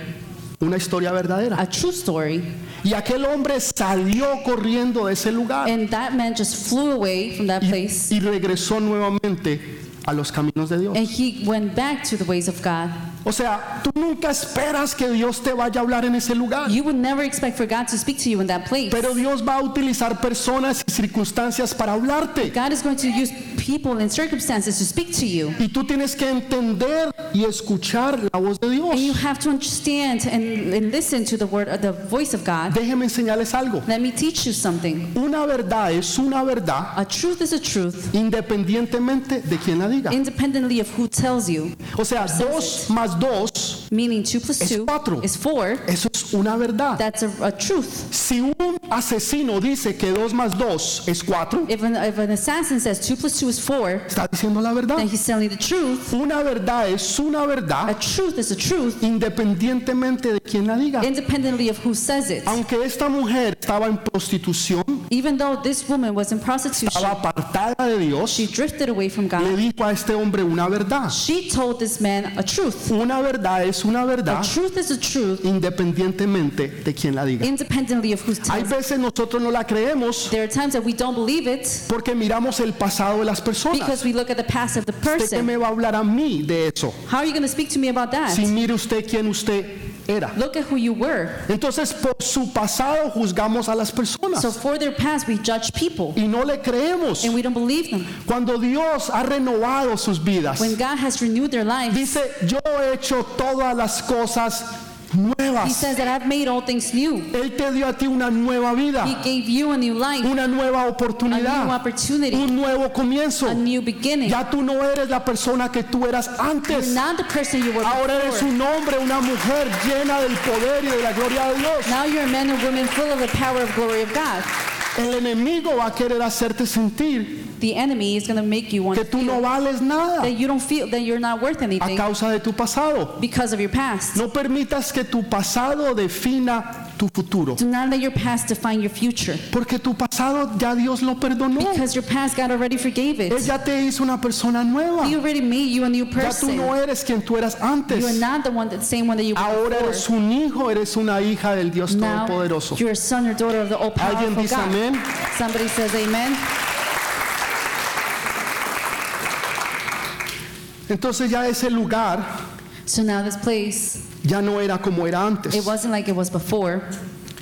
Una historia verdadera.
A true story.
Y aquel hombre salió corriendo de ese lugar
And that man just flew away from that place
y regresó nuevamente a los caminos de Dios.
and he went back to the ways of God.
O sea, tú nunca esperas que Dios te vaya a hablar en ese lugar.
You would never expect for God to speak to you in that place.
Pero Dios va a utilizar personas y circunstancias para hablarte.
God is going to use people and circumstances to speak to you.
Y tú tienes que entender y escuchar la voz de
And you
Dios.
have to understand and, and listen to the word the voice of God.
Déjeme enseñarles algo.
Let me teach you something.
Una verdad es una verdad
A truth is a truth
independientemente de quien la diga.
independently of who tells you.
O sea, dos más más 2,
meaning 2 plus
Es
2
cuatro.
is 4,
eso es una verdad.
that's a, a truth.
Si un asesino dice que 2 más 2 es 4,
If an, if an assassin says 2 plus 2 is 4,
está diciendo la verdad.
then he's telling the truth.
Una verdad es una
A
verdad
truth is a truth
independientemente de quien la diga.
independently of who says it.
Aunque esta mujer estaba en prostitución,
Even though this woman was in prostitution,
estaba apartada de Dios,
she drifted away from
le
God.
dijo a este hombre una verdad.
She told this man a truth.
Una verdad es una
A
verdad
truth is a truth
independientemente de quien la diga.
independently of who's
Hay
telling it.
veces nosotros no la creemos
There are times that we don't believe it
porque miramos el pasado de las personas.
because we look at the past of the
¿Usted qué
person.
me va a hablar a mí de eso?
How are you going to speak to me about
Si
that?
mire usted quién usted era.
Look at who you were.
Entonces, por su pasado juzgamos a las
So
personas
for their past, we judge people
y no le creemos.
and we don't believe them.
Cuando Dios ha renovado sus vidas,
When God has renewed their lives,
dice, yo he hecho todas las cosas
He
nuevas.
says that I've made all things new.
Él te dio a ti una nueva
He
vida,
gave you a new life,
una nueva
a new
oportunidad,
opportunity,
un nuevo comienzo.
a new beginning.
Ya tú no eres la persona que tú eras
You're
antes.
not the person you were
Ahora eres
before.
un hombre, una mujer llena del poder y de la gloria de Dios.
Now you're a man and woman full of the power of glory of God.
El enemigo va a querer hacerte sentir
The enemy is going to make you want
que
to
tú no
feel
vales nada
that you don't feel that you're not worth
a
anything
causa de tu pasado.
because of your past.
No permitas que tu pasado defina tu futuro,
Do not let your past define your future
porque tu pasado ya Dios lo perdonó.
because your past God already forgave
Él
it.
ya te hizo una persona nueva.
He already made you a new
Ya tú
person.
no eres quien tú eras
You are
antes.
not the one that same one that you were
Ahora eres
before.
un hijo, eres una hija del Dios
Now
Todopoderoso.
you're a son or daughter of the
Alguien
all-powerful
dice
God.
amén.
Somebody says amen.
Entonces ya ese lugar
So now this place,
ya no era como era antes.
it wasn't like it was before.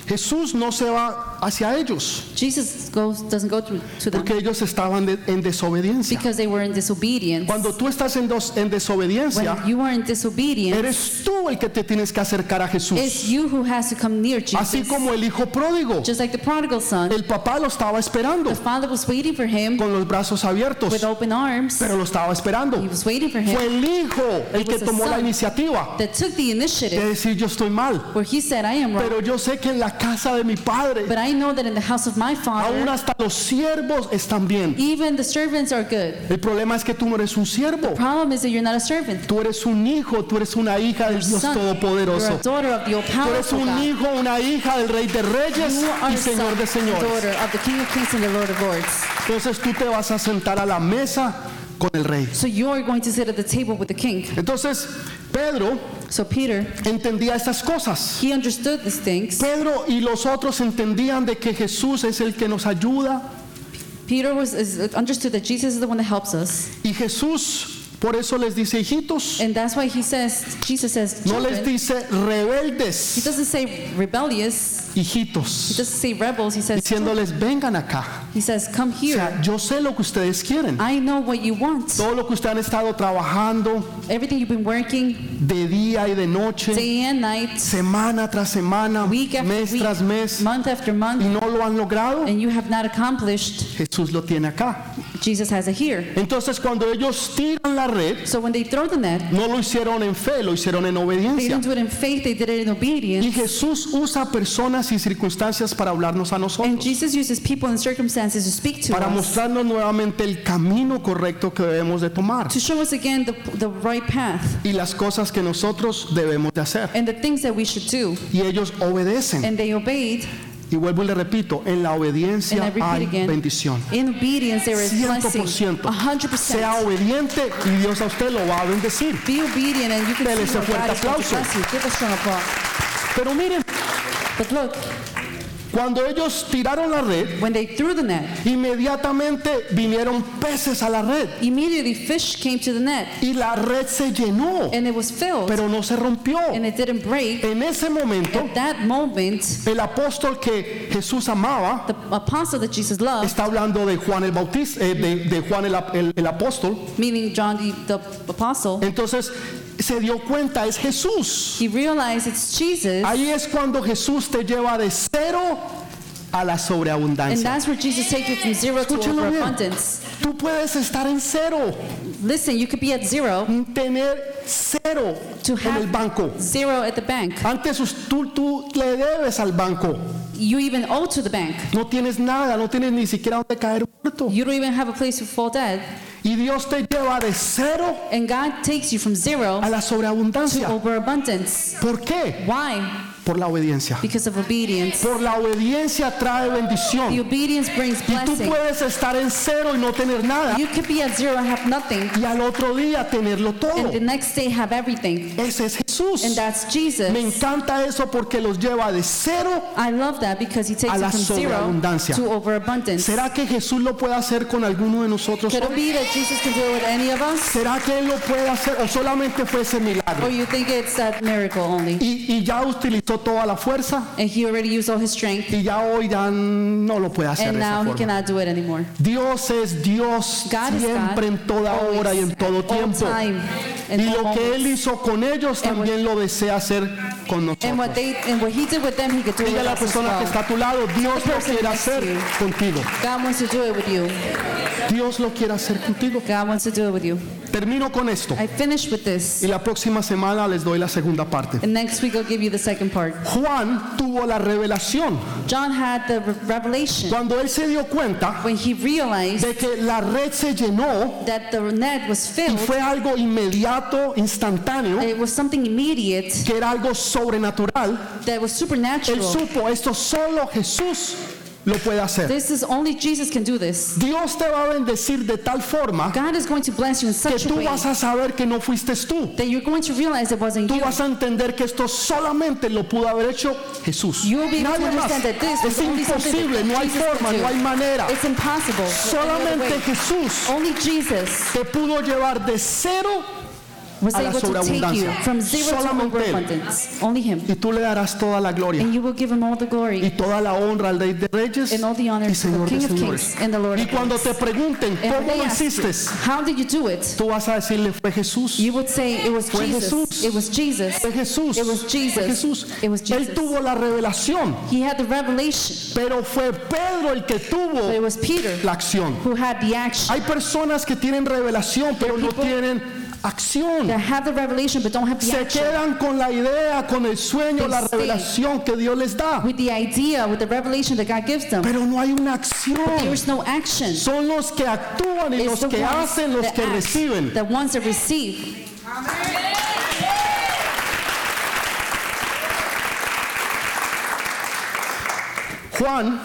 Jesús no se va hacia ellos
Jesus goes doesn't go to, to them
porque ellos estaban de- en desobediencia.
because they were in disobedience.
Cuando tú estás en, dos- en
When
desobediencia,
you are in disobedience,
eres tú el que te tienes que acercar a
it's
Jesús.
you who has to come near
Así
Jesus.
como el hijo pródigo,
Just like the prodigal son,
el papá lo estaba esperando
the father was waiting for him
con los brazos abiertos,
with open arms.
pero lo estaba esperando.
He was waiting for
Fue
him
el hijo el
Pues
que tomó la iniciativa
that took the
de
initiative
decir yo estoy mal,
where he said, I am wrong.
pero yo sé que en la casa de mi padre,
But I know that in the house of my
aún
father,
hasta los siervos están bien.
even the servants are good.
El problema es que tú no eres un siervo.
Problem is that you're not a servant.
Tú eres un hijo, tú eres una hija del Dios
Son, You're
Todopoderoso.
a daughter of the
Tú eres
all-powerful
un
God.
hijo, una hija del Rey de Reyes
You are
y
a son,
Señor de Señores.
daughter of the King of Kings and the Lord of Lords.
Entonces tú te vas a sentar a la mesa con el Rey.
So you are going to sit at the table with the King.
Entonces Pedro
So Peter,
entendía estas cosas.
he understood these things.
Pedro y los otros entendían de que Jesús es el que nos ayuda
Peter was is, understood that Jesus is the one that helps us,
y Jesús por eso les dice hijitos,
and that's why he says Jesus says
no les
children.
dice
He
rebeldes,
doesn't say rebellious. He
hijitos,
doesn't say rebels. He says
diciéndoles vengan acá.
he says come
O
here.
sea, yo sé lo que ustedes quieren.
I know what you want.
Todo lo que ustedes han estado trabajando
Everything you've been working
de día y de noche,
day and night,
semana tras semana,
week after
mes
week, Eh.
tras mes,
month after
y
month,
no lo han logrado,
and you have not accomplished.
Jesús lo tiene acá.
Jesus has it here.
Entonces cuando ellos tiran la red,
So when they throw the net,
no lo hicieron en fe, lo hicieron en
They
obediencia.
didn't do it in faith, they did it in
Y
obedience.
Jesús usa personas y circunstancias para hablarnos a
And
nosotros,
Jesus uses people and circumstances to speak to
para
us,
mostrarnos nuevamente el camino correcto que debemos de tomar
to show us again the, the right path
y las cosas que nosotros debemos de hacer.
and the things that we should do.
Y ellos obedecen.
And they obeyed.
Y vuelvo y le repito, en la
And I
obediencia hay
repeat again.
bendición.
In obedience, there is blessing.
100%.
100%.
Sea obediente y Dios a usted lo va a bendecir.
Be obedient and you can
Dele
see
ese
what God
fuerte
is going to
aplauso.
bless you. Give a strong applause.
Pero miren,
But look,
cuando ellos tiraron la red,
when they threw the net,
inmediatamente vinieron peces a la red
immediately fish came to the net
y la red se llenó,
and it was filled
pero no se rompió.
and it didn't break.
En ese momento,
At that moment,
el apóstol que Jesús amaba
the apostle that Jesus loved,
está hablando de Juan el Bautista, eh, de, de Juan el, ap- el- el apóstol.
meaning John the, the apostle,
Entonces se dio cuenta, es Jesús.
He realized it's Jesus,
Ahí es cuando Jesús te lleva de cero a la
and
sobreabundancia.
that's where Jesus takes you from zero to
Escúchalo bien.
overabundance.
Tú puedes estar en cero,
Listen, you could be at zero,
tener cero
To
en
have-
el banco.
zero at the bank.
Antes us- tú, tú le debes al banco.
You even owe to the bank.
No tienes nada, no tienes ni siquiera donde caer muerto.
You don't even have a place to fall dead.
Y Dios te lleva de cero
And God takes you from zero
a la
to
sobreabundancia.
overabundance.
¿Por qué?
Why?
Por la obediencia.
Because of obedience.
Por la obediencia trae
The
bendición.
obedience brings
Y tú
blessing.
puedes estar en cero y no tener nada.
You could be at zero and have nothing,
Y al otro día tenerlo todo.
and the next day have everything.
Ese es Jesús.
And that's
Me
Jesus.
encanta eso porque los lleva de cero.
I love that because he takes
A
you
la
from zero
sobreabundancia.
to overabundance.
¿Será que Jesús lo puede hacer con alguno de nosotros?
Could it be that Jesus can do it with any of us?
¿Será que Él lo puede hacer o solamente fue ese milagro?
Or you think it's that miracle only?
Y, y ya utilizó toda la fuerza
And he already used all his strength,
y ya hoy ya no lo puede hacer
and
de esa
now he
forma.
cannot do it anymore.
Dios es Dios
God is
siempre
God,
en toda
always,
hora y en todo
at all
tiempo.
time, in
Y
all
lo que Él
moments.
hizo con ellos
And what-
también lo desea hacer con
And what
nosotros.
they and what he did with them, he could do it
Dile a
with
la
us as
persona que está
well.
a tu lado, Dios
the
lo
person
quiere
next
hacer
to you.
contigo.
God wants to do it with you.
Dios lo quiere hacer contigo.
God wants to do it with you.
Termino con esto
I finished with
y
this,
la próxima semana les doy la segunda parte.
and next week I'll give you the second part.
Juan tuvo la revelación
John had the re- revelation
cuando él se dio cuenta
when he realized
de que la red se llenó
that the net was
y
filled.
fue algo inmediato, instantáneo,
It was something immediate
que era algo sobrenatural.
that was
Él
supernatural.
supo, esto solo Jesús lo puede hacer.
This is only Jesus can do this.
Dios te va a bendecir de tal forma
God is going to bless you in
que
such a
tú
way
vas a saber que no fuiste tú.
that you're going to realize it wasn't
Tú
you.
vas a entender que esto solamente lo pudo haber hecho Jesús.
You'll be able to
Nadie más.
understand that this
Es
was only something that
imposible, no hay
Jesus could
forma, no
do.
hay manera.
It's impossible. for any other
Solamente
way.
Jesús
Only Jesus
te pudo llevar de cero
was
a la
able to take you
sobreabundancia.
from zero to
Solamente Él.
overabundance. Only Him.
y tú le darás toda la gloria
And you will give Him all the
y
glory
toda la honra al Rey de Reyes
and all the honor
y
to the
Señor de
King of
Señores.
Kings and the Lord
Y
of
cuando
Lords.
te pregunten
And when
cómo
they
lo
ask you,
hiciste,
How did you do it?
tú vas a decirle fue Jesús.
You would say it was
Fue Jesús.
Jesus. It was Jesus.
Fue Jesús.
It was
Fue
Jesus.
Jesús.
It was
Él
Jesus.
tuvo la revelación,
He had the revelation.
pero fue Pedro el que
But it
tuvo
was Peter
la acción.
who had the action.
Hay personas que tienen revelación, pero no
people
tienen acción.
That have the revelation but don't have the
Se
action.
quedan con la idea, con el sueño,
They
la
stay.
revelación que Dios les da,
With the idea, with the revelation that God gives them.
pero no hay una acción.
There's no action.
Son los que actúan y
It's
los
the
que
ones
hacen, los
that
que
act,
reciben.
The ones that receive.
Juan,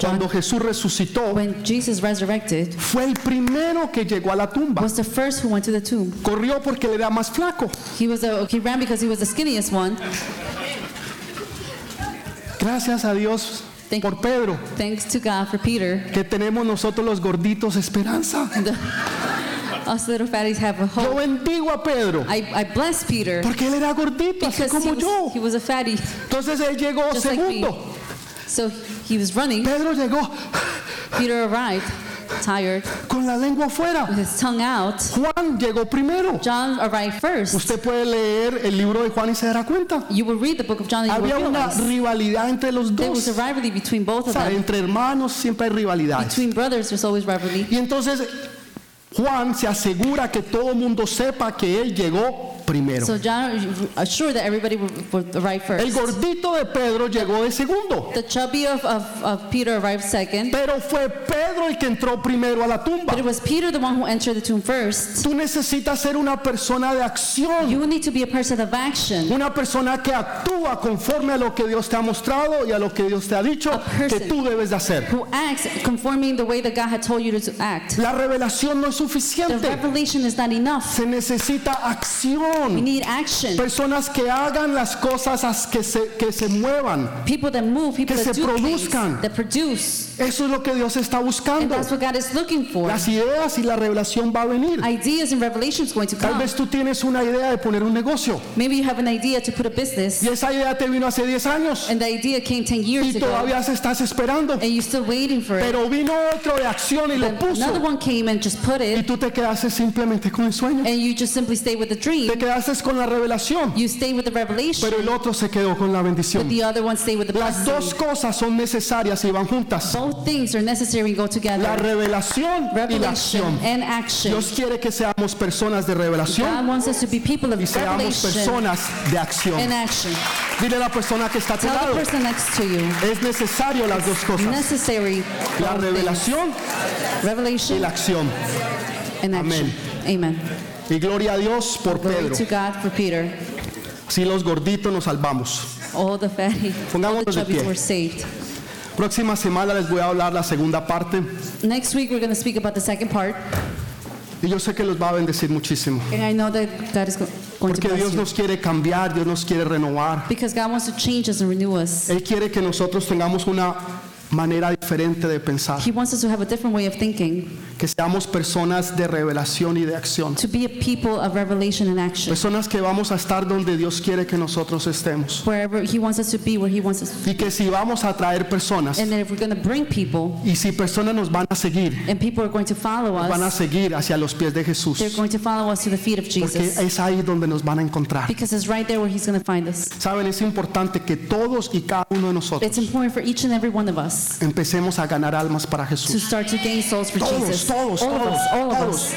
cuando Jesús resucitó,
When Jesus resurrected,
fue el primero que llegó a la tumba.
was the first who went to the tomb.
Corrió porque le era más flaco.
He was a, he ran because he was the skinniest one.
Gracias a Dios
Thank-
por Pedro,
Thanks to God for Peter.
que tenemos nosotros los gorditos esperanza.
The, *laughs* us little fatties have a
Yo
hope.
bendigo a Pedro,
I, I bless Peter
porque él era gordito, así
because he
como yo.
was, he was a fatty,
Entonces él llegó
just like me.
segundo.
So he was running.
Pedro llegó
Peter arrived, tired,
con la lengua afuera.
with his tongue out.
Juan llegó primero.
John arrived first.
Usted puede leer el libro de Juan y se dará cuenta.
You will read the book of John and you
Había
will
una
realize
rivalidad entre los
there was
dos.
a rivalry between both
O
of
sea,
them.
entre hermanos siempre hay rivalidades.
Between brothers, there's always rivalry.
Y entonces Juan se asegura que todo el mundo sepa que él llegó primero.
So John assured that everybody would, would arrive
El
first.
gordito de Pedro llegó de segundo,
The chubby of, of, of Peter arrived second,
pero fue Pedro el que entró primero a la tumba.
but it was Peter the one who entered the tomb first.
Tú necesitas ser una persona de acción,
You need to be a person of action.
una persona que actúa conforme a lo que Dios te ha mostrado y a lo que Dios te ha dicho
A
que
person.
tú debes de hacer.
who acts conforming the way that God had told you to act.
La revelación no es
The
suficiente,
revelation is not enough.
se necesita
We
acción.
need action.
Personas que hagan las cosas as- que se, que se muevan.
People that move, people
que
that
se
do things,
produzcan.
that produce.
Eso es lo que Dios está
And
buscando.
that's what God is looking for.
Las ideas y la revelación va a venir.
Ideas and revelations going to
Tal
come.
vez tú tienes una idea de poner un negocio
Maybe you have an idea to put a business,
y esa idea te vino hace 10 años
and the idea came 10 years
y
ago,
todavía se estás esperando.
and you're still waiting for it.
Pero vino otro de acción y lo
Then another
puso
one came and just put
y
it,
tú te quedaste simplemente con el sueño.
and you just simply stay with the dream.
Te quedaste con la revelación,
You stay with the revelation,
pero el otro se quedó con la
but
bendición.
the other one stay with the
Las
blessing.
dos cosas son necesarias y van juntas.
Both things are necessary and go
La
together.
revelación y la
Revelation
acción.
and action.
Dios quiere que seamos personas de revelación
God wants us to be people of
y seamos
revelation
personas de acción.
and action.
Dile a la persona que está a tu
Tell the
lado,
person next to you.
es necesario las dos cosas,
Necessary.
la
both
revelación
things.
y
Revelation
la acción.
and action. Amen.
Y gloria a Dios por
Glory
Pedro.
to God for Peter.
Si los gorditos nos salvamos.
All the fatty, all the
Pongámonos de
chubbies
pie.
were saved.
Próxima semana les voy a hablar la segunda parte
Next week, we're going to speak about the second part.
y yo sé que los va a bendecir muchísimo.
And I know that God is go- going to
Porque
bless
Dios
you.
nos quiere cambiar, Dios nos quiere renovar.
Because God wants to change us and renew us.
Él quiere que nosotros tengamos una manera diferente de pensar,
He wants us to have a different way of thinking,
que seamos personas de revelación y de acción.
to be a people of revelation and action.
Personas que vamos a estar donde Dios quiere que nosotros estemos.
Wherever He wants us to be, where He wants us.
Y que si vamos a traer personas
And that if we're going to bring people,
y si personas nos van a seguir,
and people are going to follow
van a
us,
seguir hacia los pies de
they're
Jesús.
going to follow us to the feet of
Porque
Jesus.
es ahí donde nos van a encontrar.
Because it's right there where He's going to find us.
Saben, es importante que todos y cada uno de nosotros
It's important for each and every one of us
empecemos a ganar almas para
to
Jesús.
start to gain souls for
Todos,
Jesus.
todos,
all of
todos,
us, all of
todos.
us.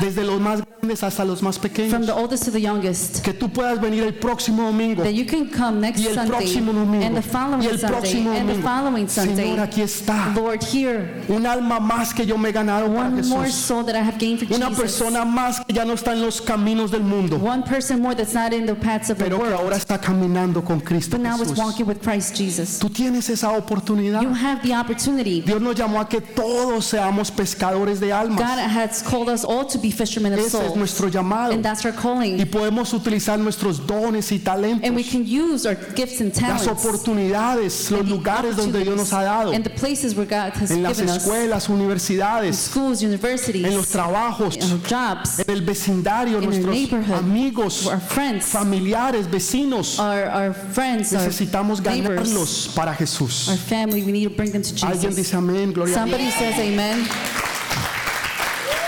Desde los más grandes hasta los más
From
pequeños.
the oldest to the youngest.
Que tú puedas venir el próximo domingo
That you can come next
y el
Sunday
próximo domingo
and the
y
following
el
Sunday
próximo
and the
domingo.
following Sunday.
Señor, aquí está.
Lord, here,
Un alma más que yo me he ganado para
one more
Jesús.
soul that I have gained for
Una
Jesus.
persona más que ya no está en los caminos del mundo,
One person more that's not in the paths of the
pero que
world,
ahora está caminando con Cristo
but now is
Jesús.
walking with Christ Jesus.
Tú tienes esa oportunidad.
You have the opportunity.
Dios nos llamó a que todos seamos pescadores de almas.
God has called us all to be fishermen of
Ese es
souls,
nuestro llamado.
and that's our
Y
calling.
podemos utilizar nuestros dones y
And we
talentos,
can use our gifts and
las
talents,
oportunidades, los
and the
lugares donde Dios nos ha dado,
opportunities, and the places where God has
en las
given us,
escuelas, universidades,
schools,
en los
universities,
trabajos,
and our jobs,
en el vecindario,
in our
nuestros
neighborhood,
amigos,
our friends,
familiares, vecinos.
our, our friends, our
Necesitamos
neighbors,
ganarlos para
our
Jesús.
family. We need to bring them to
Alguien
Jesus.
dice amén, gloria a Dios.
Somebody says amen.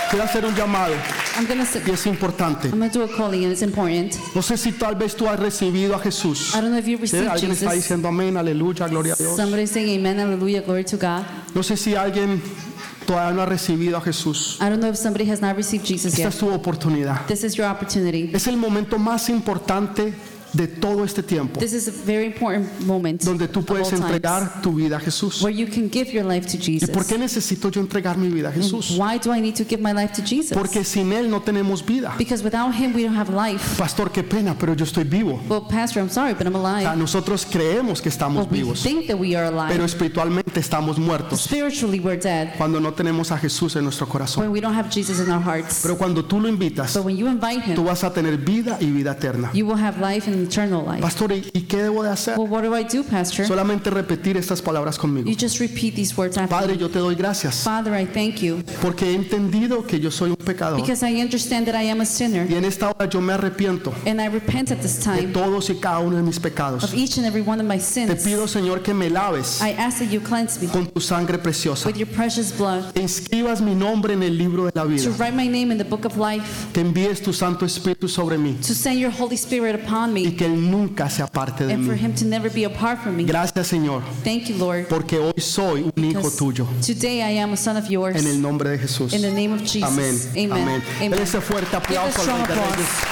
Quiero hacer un llamado
I'm going to
y es importante.
I'm going to do a calling and it's important.
No sé si tal vez tú has recibido a Jesús.
I don't know if you
Sí,
received
Alguien está
Jesus.
diciendo amén, aleluya, gloria a Dios.
Somebody saying amen, hallelujah, glory to God.
No sé si alguien todavía no ha recibido a Jesús.
I don't know if somebody has not received Jesus
Esta
yet.
es tu oportunidad.
This is your opportunity.
Es el momento más importante de todo este tiempo,
This is a very important moment
donde tú
of
puedes
all times,
entregar tu vida a Jesús.
where you can give your life to
¿Y por
Jesus.
qué necesito yo entregar mi vida a Jesús?
Why do I need to give my life to Jesus?
Porque sin Él no tenemos vida.
Because without him we don't have life.
Pastor, qué pena, pero yo estoy vivo.
Well, pastor, I'm sorry, but I'm
O sea,
alive.
nosotros creemos que
Well,
estamos
we
vivos,
think that we are
pero
alive.
espiritualmente estamos muertos
Spiritually we're dead
cuando no tenemos a Jesús en nuestro corazón.
when we don't have Jesus in our hearts.
Pero cuando tú lo invitas,
But when you invite
tú
him,
vas a tener vida y vida eterna.
you will have life and eternal life.
Pastor, ¿y y qué debo de hacer?
Well, what do I do, pastor?
Solamente repetir estas palabras conmigo.
You just repeat these words after
Padre,
me.
yo te doy gracias
Father, I thank you
porque he entendido que yo soy un pecador
because I understand that I am a sinner
y en esta hora yo me arrepiento
and I repent at this
de
time
todos y cada uno de mis
of
pecados.
each and every one of my
Te
sins.
pido, Señor, que me laves
I ask that you cleanse me
con tu sangre preciosa,
with your precious blood
que inscribas mi nombre en el libro de la vida,
to write my name in the book of life,
que envíes tu Santo Espíritu sobre mí
to send your Holy Spirit upon
y
me,
que Él nunca se aparte de
and for
mí.
him to never be apart from me.
Gracias, Señor,
Thank you, Lord.
porque hoy soy un hijo
because
tuyo.
Today I am a son of yours.
En el nombre de Jesús.
In the name of Jesus.
Amén.
Amen.
Amén.
Amen.
Dele ese fuerte
Give a
aplauso al
strong
Rey de
applause.
Reyes.